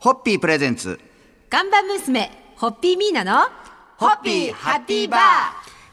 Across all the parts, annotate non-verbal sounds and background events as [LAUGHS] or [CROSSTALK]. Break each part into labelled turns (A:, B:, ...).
A: ホッピープレゼンツ。
B: ガンバ娘、ホッピーミーナの、
A: ホッピーハッピーバー。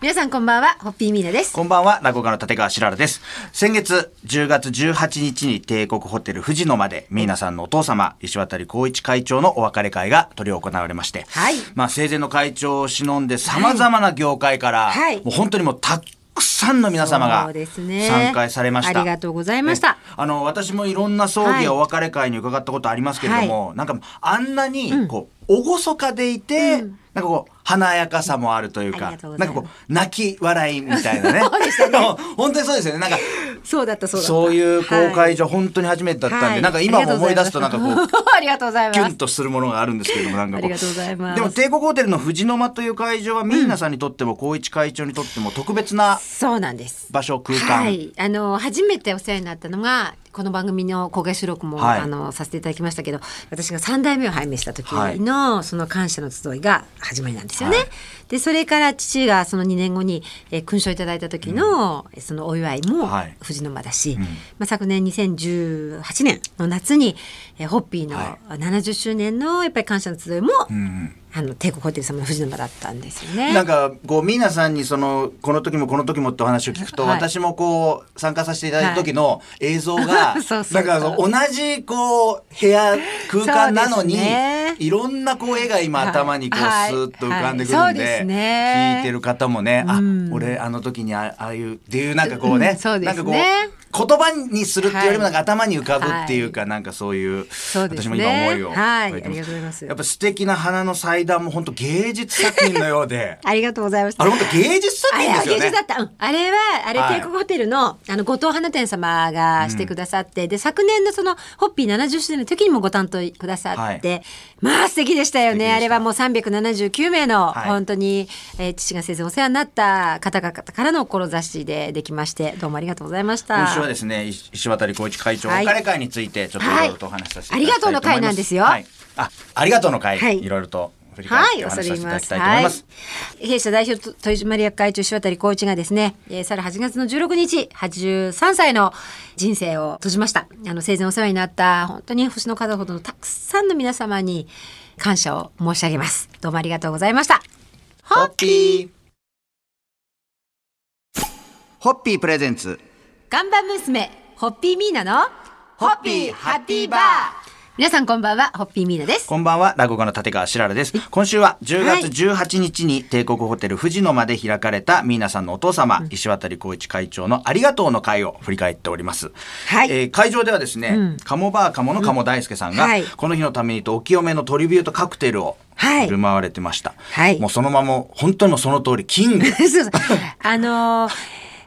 B: 皆さんこんばんは、ホッピーミーナです。
A: こんばんは、落語家の立川しららです。先月、10月18日に帝国ホテル富士野まで、ミーナさんのお父様、石渡光一会長のお別れ会が執り行われまして、
B: はい
A: まあ、生前の会長を忍んで、様々な業界から、
B: はい
A: もう本当にもうたっくさんの皆様
B: そ
A: が
B: うですね
A: 参加されました。
B: ありがとうございました
A: ねあの、私もいろんな葬儀やお別れ会に伺ったことありますけれども、なんかあんなに、こう、厳かでいて、なんかこう、華やかさもあるというか
B: ありが、とう
A: な
B: ご
A: んか
B: ざいます
A: こう、泣き笑いみたいなね。
B: [LAUGHS] そうでしたね
A: あの [LAUGHS] 本当にそうですよね。なんか、
B: そうだった、そうだった。
A: そういう公
B: はい
A: 開所、本当に初めてだったんで、
B: はい
A: なんか今も思い出すとなんかこ
B: [LAUGHS]
A: う、
B: ありがとうございます。
A: キュンとするものがあるんですけれども、なんかこう。
B: ありがとうございます
A: でも、帝国ホテルの藤の間という会場は、ミーナさんにとっても、光一会長にとっても、特別な
B: そうなんです。
A: 場所、空間。
B: はい、あの初めてお世話になったのがこの番組の公開収録も、
A: はい
B: あのさせていただきましたけど私が3代目を拝命した時の、その感謝の集いが始まりなんですよね。
A: はい
B: でそれから父がその2年後に、えー勲章をいただいた時の、そのお祝いも
A: はい
B: 富士の間だし、まあ、昨年2018年の夏に、えーホッピーの
A: は
B: 70周年のやっぱり感謝の集いも、あの帝国ホテル様の富士の間だったんですよね。
A: なんかこうミーナさんにそのこの時もこの時もってお話を聞くと、
B: はい
A: 私もこう参加させていただいた時の映像が、
B: [LAUGHS] そうそうそう
A: なんかその同じこう部屋空間なのに、
B: そうですね
A: いろんなこう絵が今頭にこうス
B: はい
A: ーッと浮かんでくるんで,、
B: はいはいそうですね
A: 聞いてる方もね、あ俺あの時にあああいうっていうなんかこうね,、
B: うんそうですね
A: なんかこう言葉にするっていうよりもなんか頭に浮かぶっていうか、なんかそういう
B: そうで
A: 私
B: すね
A: も今思いを
B: はい
A: 書て
B: ありがとうございます
A: やっぱ素敵な花の祭壇も本当芸術作品のようで。
B: [LAUGHS] ありがとうございました
A: あれ本当芸術作
B: あれ
A: 品で
B: は
A: すよ
B: 芸
A: ね
B: 術だ。った、うんあれはあれ
A: はい
B: 帝国ホテルの,、あの後藤花店様がしてくださって、で昨年のそのホッピー70周年の時にもご担当くださって、
A: は
B: まあ素敵でしたよ
A: 素敵でし
B: ね
A: た
B: あれはもう379名の、
A: はい
B: 本当に、えー父が生前お世話になった方々からの志でできましてどうもありがとうございました。
A: 今週はですね、石石渡光一会長、
B: はい
A: お金会についてちょっといろいろとお話しさせていただきたいと思います。
B: はいありがとうの会なんですよ
A: はいあ、ありがとうの会、
B: はい
A: いろいろと振り返っ
B: はい、
A: てお
B: 恐
A: 話し
B: れ
A: させていただ
B: 入りま
A: き
B: す。
A: たいと思います。
B: はい、弊社代表と取締役会長柴渡浩一がですね、えー、去る8月の16日、83歳の人生を閉じました。あの生前お世話になった本当に星の数ほどのたくさんの皆様に感謝を申し上げます。どうもありがとうございました。
A: ホッピー。ホッピープレゼンツ。
B: ガンバ娘、ホッピーミーナの、
A: ホッピーハッピーバー。
B: 皆さんこんばんは、ホッピーミーナです。
A: こんばんは、落語家の立川しららです。今週は10月18日に帝国ホテル富士野まで開かれたミーナさんのお父様、石渡光一会長のありがとうの会を振り返っております。
B: はい
A: えー会場ではですね、鴨バー鴨の鴨大輔さんが、
B: うんはい
A: この日のためにとお清めのトリビュートカクテルを
B: はい
A: 振る舞われてました。
B: はい
A: もうそのまま、本当にもうその通り、キン
B: [LAUGHS]
A: グ。
B: そうそうあのー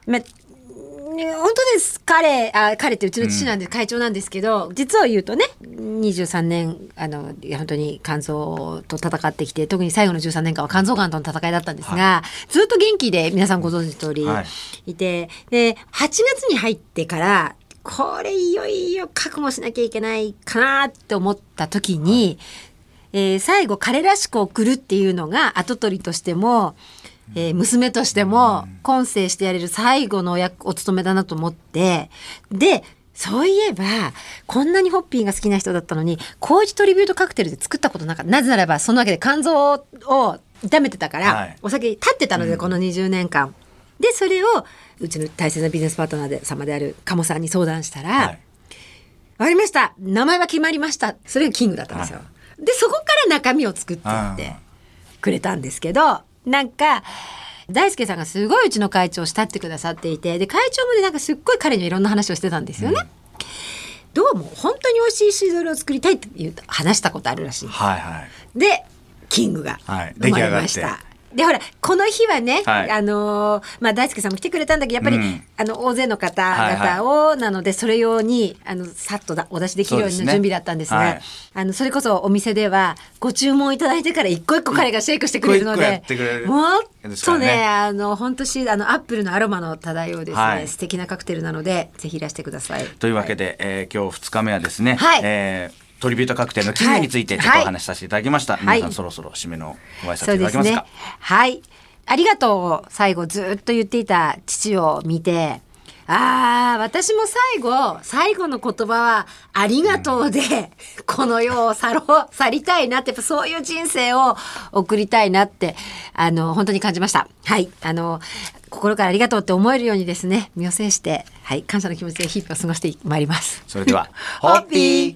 B: ま本当です彼あ彼ってうちの父なんで、会長なんですけど実を言うとね23年あの本当に肝臓と戦ってきて特に最後の13年間は肝臓がんとの戦いだったんですが、ずっと元気で皆さんご存知の通り
A: はい
B: いて、で8月に入ってからこれいよいよ覚悟しなきゃいけないかなって思った時に、えー最後彼らしく送るっていうのが跡取りとしても、えー娘としても今世してやれる最後のお役お務めだなと思ってでそういえばこんなにホッピーが好きな人だったのに麹トリビュートカクテルで作ったことなかったなぜならばそのわけで肝臓を痛めてたから、
A: はい
B: お酒立ってたので、この20年間でそれをうちの大切なビジネスパートナーで様である鴨さんに相談したら、
A: はい
B: わかりました名前は決まりましたそれがキングだったんですよ、
A: は
B: でそこから中身を作っていってくれたんですけどなんか大輔さんがすごいうちの会長を慕ってくださっていてで会長もねなんかすっごい彼にはいろんな話をしてたんですよね、どうも本当に美味しいシードルを作りたいって言うと話したことあるらしい
A: はいはい。
B: でキングが
A: はい
B: 生まれまし
A: 出来上
B: た、
A: がって
B: でほらこの日はね、
A: はい
B: あのーまあ、大輔さんも来てくれたんだけどやっぱり、
A: うん
B: あの大勢の方
A: はい
B: 々を、なのでそれ用にあのさっとだお出しできるように
A: そうです
B: の
A: ね
B: 準備だったんですが
A: はい
B: あのそれこそお店ではご注文いただいてから一個一個彼がシェイクしてくれるの
A: 一個一個や
B: で
A: ってくれる
B: もっ
A: ですから
B: とね
A: ね
B: あの本当しあのアップルのアロマの漂うですね、
A: はい
B: 素敵なカクテルなのでぜひいらしてください。
A: というわけで、えー今日2日目はですね、
B: はい
A: えートリビュートカクテルの記念についてちょっとお話しさせていただきました、
B: い
A: 皆さ
B: は
A: ん
B: い
A: そろそろ締めのご挨
B: そ
A: 拶
B: う
A: いた
B: で
A: だけ
B: す
A: ます
B: ね
A: か。
B: はい。ありがとうを最後ずっと言っていた父を見て、ああ、私も最後、最後の言葉は、ありがと
A: [LAUGHS]
B: うで、この世を去ろう、去りたいなって、やっぱそういう人生を送りたいなって、あの、本当に感じました。はい。あの、心からありがとうって思えるようにですね、身を制して、はい、感謝の気持ちで日々を過ごしてまいります。、
A: それでは [LAUGHS] ホッピー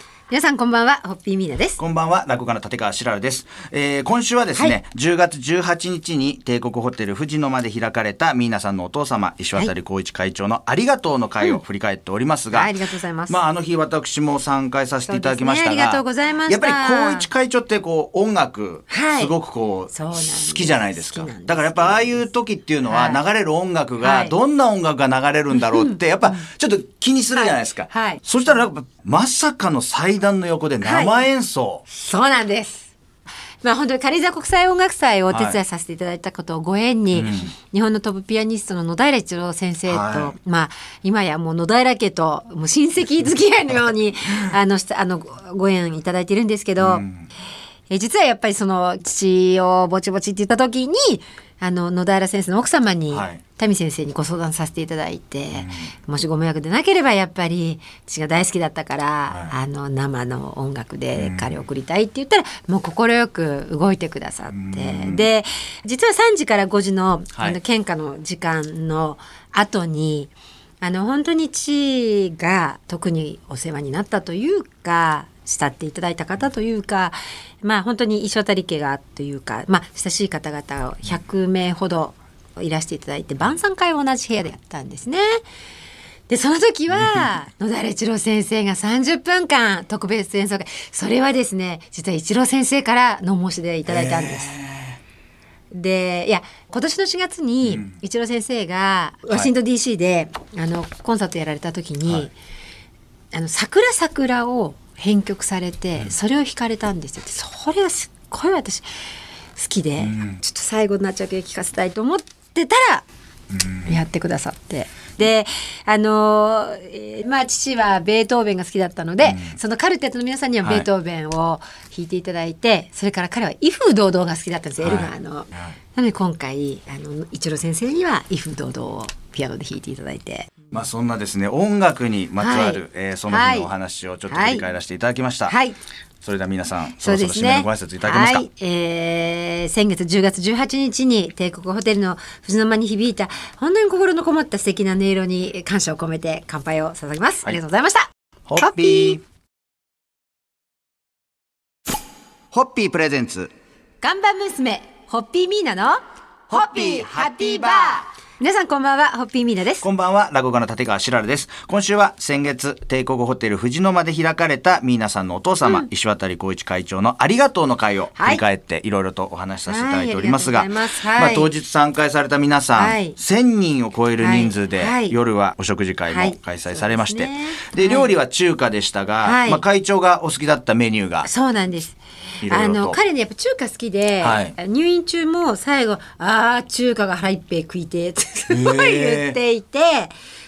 B: 皆さんこんばんは、ホッピーミーナです。
A: こんばんは、落語家の立川しらるです。えー今週はですね、
B: はい
A: 10月18日に帝国ホテル富士野まで開かれた、ミーナさんのお父様、石渡光一会長のありがとうの会を振り返っておりますが、
B: はいありがとうございます
A: まあ、あの日私も参加させていただきましたが、
B: そうですねありがとうございました
A: やっぱり光一会長ってこう、音楽、
B: はい
A: すごくこう、
B: そうなんです
A: 好きじゃないですか
B: 好きなんです。
A: だからやっぱああいう時っていうのは、
B: はい
A: 流れる音楽
B: は
A: が、
B: い
A: どんな音楽が流れるんだろうって、やっぱちょっと気にするじゃないですか。
B: はいはい
A: そしたらなんか、まさかの祭壇の横で生演奏。
B: そうなんです。まあ本当に軽井沢国際音楽祭をお手伝いさせていただいたことをご縁に、日本のトップピアニストの野平一郎先生と、
A: は
B: まあ今やもう野平家ともう親戚付き合いのようにあのしあのごご縁いただいてるんですけど、え実はやっぱりその父をぼちぼちって言った時にあの野平先生の奥様に、
A: はい
B: 民先生にご相談させていただいて、もしご迷惑でなければやっぱり私が大好きだったから、あの生の音楽で彼を送りたいって言ったら、もう快く動いてくださって、で実は3時から5時の,、
A: はい
B: あの献花の時間の後にあの本当に父が特にお世話になったというか慕っていただいた方というか、まあ、本当に石渡家がというか、まあ、親しい方々を100名ほどいらしていただいて晩餐会を同じ部屋でやったんですね。でその時は野田一郎先生が30分間特別演奏会それはですね実は一郎先生からの申し出いただいたんです。でいや今年の4月に一郎先生がワシントン DC で、あのコンサートやられた時に「あの桜桜」を編曲されて、それを弾かれたんですよ。でそれはすっごい私好きで、ちょっと最後になっちゃうけど聴かせたいと思ってたらやってくださって。で、あのーえーまあ父はベートーベンが好きだったので、そのカルテットの皆さんには
A: はい
B: ベートーベンを弾いていただいて、それから彼は威風堂々が好きだったんですよ、エルガーの。なので今回、あの、一郎先生には威風堂々をピアノで弾いていただいて。
A: まあそんなですね音楽にまつわる、
B: はい
A: えーその日のお話をちょっと振り返らせていただきました、
B: はい。
A: それでは皆さんそ
B: そう
A: ろそ
B: で
A: ろ
B: す
A: 締め
B: ね。
A: のご挨拶いただけますか、
B: はい、えー先月10月18日に帝国ホテルの藤の間に響いた本当に心のこもった素敵な音色に感謝を込めて乾杯を捧げます。
A: はい
B: ありがとうございました。
A: ホッピーホッピープレゼンツ
B: 看板娘ホッピーミーナの
A: ホッピーハッピーバー
B: 皆さんこんばんはホッピーミーナです
A: こんばんは、落語家の立川しらるです。今週は先月、帝国ホテル富士野まで開かれたミーナさんのお父様、石渡光一会長のありがとうの会を
B: はい
A: 振り返っていろいろとお話しさせていただいておりますが、
B: はいありがとうございますはい
A: あ、当日参加された皆さん、
B: はい
A: 1000人を超える人数で、
B: はいはい
A: 夜はお食事会
B: は
A: も
B: い
A: 開催されまして、
B: そうですね
A: で料理は中華でしたが、
B: はい
A: まあ、会長がお好きだったメニューが、
B: そうなんです
A: いろいろと
B: あの彼ねやっぱ中華好きで、
A: はい
B: 入院中も最後「あー中華が腹いっぺい食いて」ってすごい [LAUGHS] 言っていて、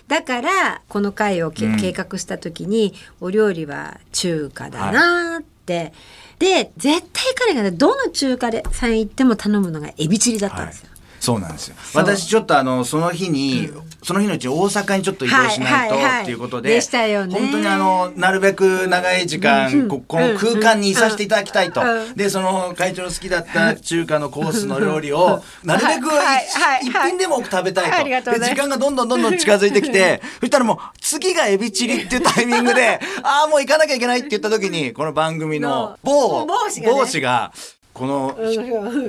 B: だからこの会をけ、計画した時にお料理は中華だなーって、で絶対彼がねどの中華でさん行っても頼むのがエビチリだったんです
A: [LAUGHS]
B: よ。
A: そうなんですよ。
B: う
A: 私ちょっとあのその日に、その日のうち大阪にちょっと移動しないと
B: はいはいはい
A: っていうことで、
B: でしたよね
A: 本当にあのなるべく長い時間ここの空間にいさせていただきたいと
B: うんう。
A: でその会長の好きだった中華のコースの料理をなるべく
B: はいはい
A: 一一
B: はい
A: 品でも多く食べた
B: あり
A: い
B: が
A: と。
B: と
A: で
B: うござい
A: 時
B: ま
A: 間
B: す
A: がどんどんどんどん近づいてきて、そしたらもう次がエビチリっていうタイミング
B: [LAUGHS]
A: で、ああもう行かなきゃいけないって言った時にこの番組の某
B: 帽子がね
A: 帽子がこの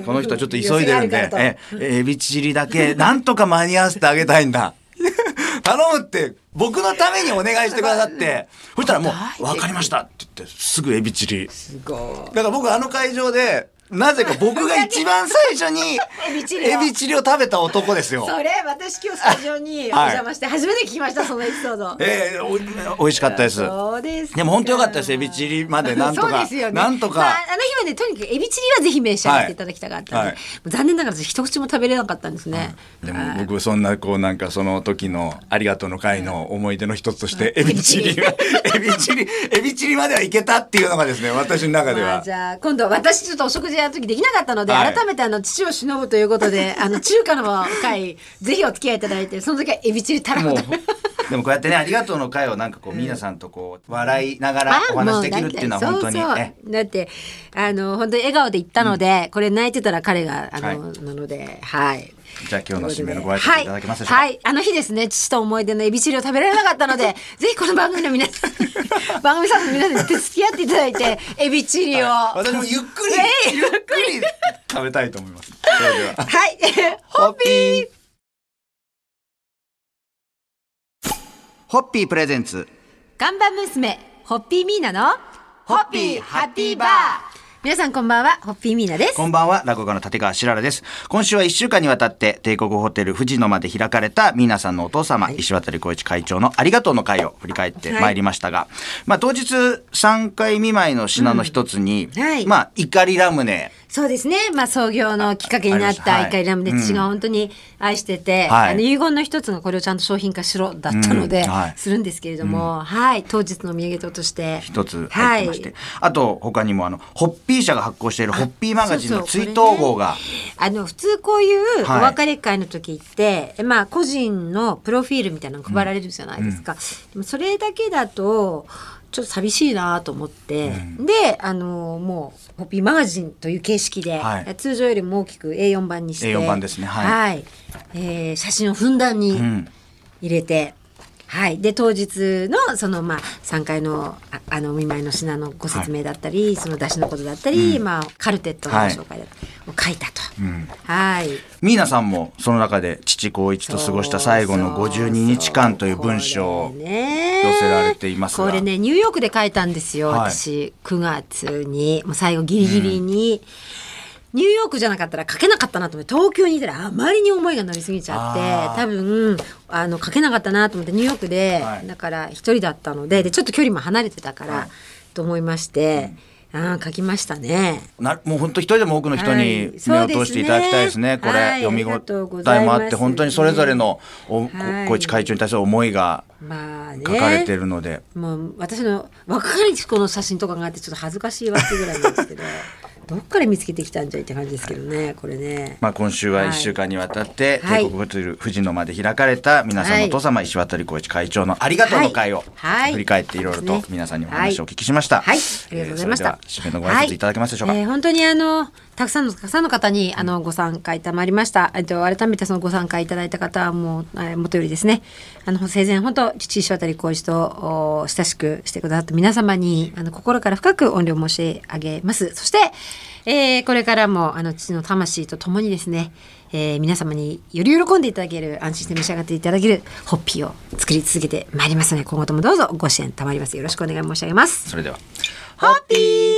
A: この人ちょっと [LAUGHS] 急いでるん
B: [LAUGHS] 寄せがある
A: で
B: か、ら
A: え、エビチリだ
B: [LAUGHS]
A: け、なんとか間に合わせてあげたいんだ。 [LAUGHS] 頼むって、僕のためにお願いしてくださ
B: [LAUGHS]
A: って、そしたらもう、わかりましたって言って、すぐエビチリ。
B: すごい
A: だから僕あの会場で、なぜか僕が一番最初に
B: [LAUGHS] エビチリを
A: エビチリを食べた男ですよ。
B: それ私今日スタジオ
A: [LAUGHS]
B: にお邪魔して初めて聞きました、そのエピソード。
A: えー、お美味しかったです。
B: そうですか。
A: でも本当良かったですエビチリまでなんと
B: そう
A: か、
B: ですよね
A: なんとか、
B: まあ、あの日はねとにかくエビチリはぜひ召し上がっていただきたかったんで、
A: はいはい
B: 残念ながら私一口も食べれなかったんですね。
A: でも僕そんなこうなんかその時の「ありがとう」の会の思い出の一つとしてエビチリはエビチリエビチリまではいけたっていうのがですね私の中で
B: まあ、
A: は
B: じ。ゃあ今度私ちょっとお食事やる時できなかったので、
A: はい
B: 改めてあの父を忍ぶということであの中華の会ぜひお付き合いいただいてその時はエビチリたら
A: もう
B: こと
A: でもこうやってね「ありがとう」の会をなんかこう皆さんとこう笑いながらお話できるっていうのは本当に
B: あもうだっ
A: ね。
B: てそうそうだってあの本当に笑顔で言ったので、これ泣いてたら彼があの、
A: はい
B: なのではい
A: じゃあ今日の締めのご挨拶いただけますでしょうか。
B: はい、はい、あの日ですね父と思い出のエビチリを食べられなかったの
A: [LAUGHS]
B: でぜひこの番組の皆さん番組スタッフの皆さんに付き合っていただいてエビチリをはい、
A: 私もゆっくり、
B: えい
A: ゆっくり食べたいと思います。それでは。 [LAUGHS]
B: ホッピー
A: ホッピープレゼンツ。
B: ガンバ娘ホッピーミーナの
A: ホッピーハッピーバー
B: 皆さんこんばんはホッピーミーナです
A: こんばんは、落語家の立川しららです。今週は1週間にわたって、帝国ホテル富士野まで開かれた、皆さんのお父様、石渡光一会長のありがとうの会を振り返ってまいりましたが、まあ当日3回未満の品の一つに、
B: うんはい
A: まあ怒りラムネ、
B: そうですね、まあ、創業のきっかけにな
A: ああ
B: っ
A: りましたは
B: た
A: い
B: イカリラムネ、父が本当に愛してて、
A: はい
B: あの遺言の一つがこれをちゃんと商品化しろだったので、
A: うんはい
B: するんですけれども、はい、当日のお土産ととして
A: 一つ入ってまして、あと他にもあの、ホッピー社が発行しているホッピーマガジンの
B: そうそう
A: 追悼号が、
B: あの普通こういうお
A: はい
B: 別れ会の時って、まあ個人のプロフィールみたいなの配られるじゃないですか、でもそれだけだとちょっと寂しいなと思って、であのもうホッピーマガジンという形式で、
A: はい
B: 通常よりも大きく A4 版にして
A: A4 版ですねはい
B: いえー写真をふんだんに
A: ん
B: 入れて。はい、で当日のその、まあ、3階のああのお見舞いの品のご説明だったり、その出しのことだったり、まあ、カルテットのご紹介だったりを書いたと。はい
A: ミーナさんもその中で父光一と過ごした最後の52日間という文章を
B: そうそ
A: 寄
B: うこれね
A: せられていますが
B: これねニューヨークで書いたんですよ、
A: はい
B: 私9月にもう最後ギリギリに、ニューヨークじゃなかったら書けなかったなと思って東京にいたらあまりに思いが乗りすぎちゃ
A: あー
B: って多分あの書けなかったなと思ってニューヨークで、
A: はい
B: だから一人だったのででちょっと距離も離れてたから、
A: はい
B: と思いまして、あー書きましたね。
A: なもう本当一人でも多くの人に
B: はい
A: 目を通していただきたいですね。
B: そうですね
A: これ、
B: はい
A: 読み
B: あり
A: 応
B: がとうござ
A: えも
B: いま
A: あ
B: す
A: って本当にそれぞれのお、
B: はい
A: こ小市会長に対する思いが
B: まあね、
A: 書かれているので、
B: もう私の若かりしこの写真とかがあってちょっと恥ずかしいわってぐらいなんですけどどっから見つけてきたんじゃいって感じですけどねこれね。
A: まあ、今週は
B: はい
A: 1週間にわたって、
B: はい
A: 帝国ホテル富士野まで開かれた皆さんのお父様、石渡光一会長のありがとうの会を
B: はいはい
A: 振り返っていろいろ
B: そう
A: と
B: ですね
A: 皆さんにお話をお聞きしました。
B: はい、ありがとうございました。
A: えーそれでは締めのご挨拶いただけますでしょうか。
B: はいえー本当にあのたくさんのたくさんの方にあのご参加いただきまりました。えっと改めてそのご参加いただいた方はもうえー元よりですね。あの生前本当父石渡浩一とお親しくしてくださった皆様にあの心から深く御礼を申し上げます。そして、えーこれからもあの父の魂とともにですね、えー皆様により喜んでいただける安心して召し上がっていただけるホッピーを作り続けてまいりますので今後ともどうぞご支援賜りますよろしくお願い申し上げます。
A: それでは。
B: ホッピー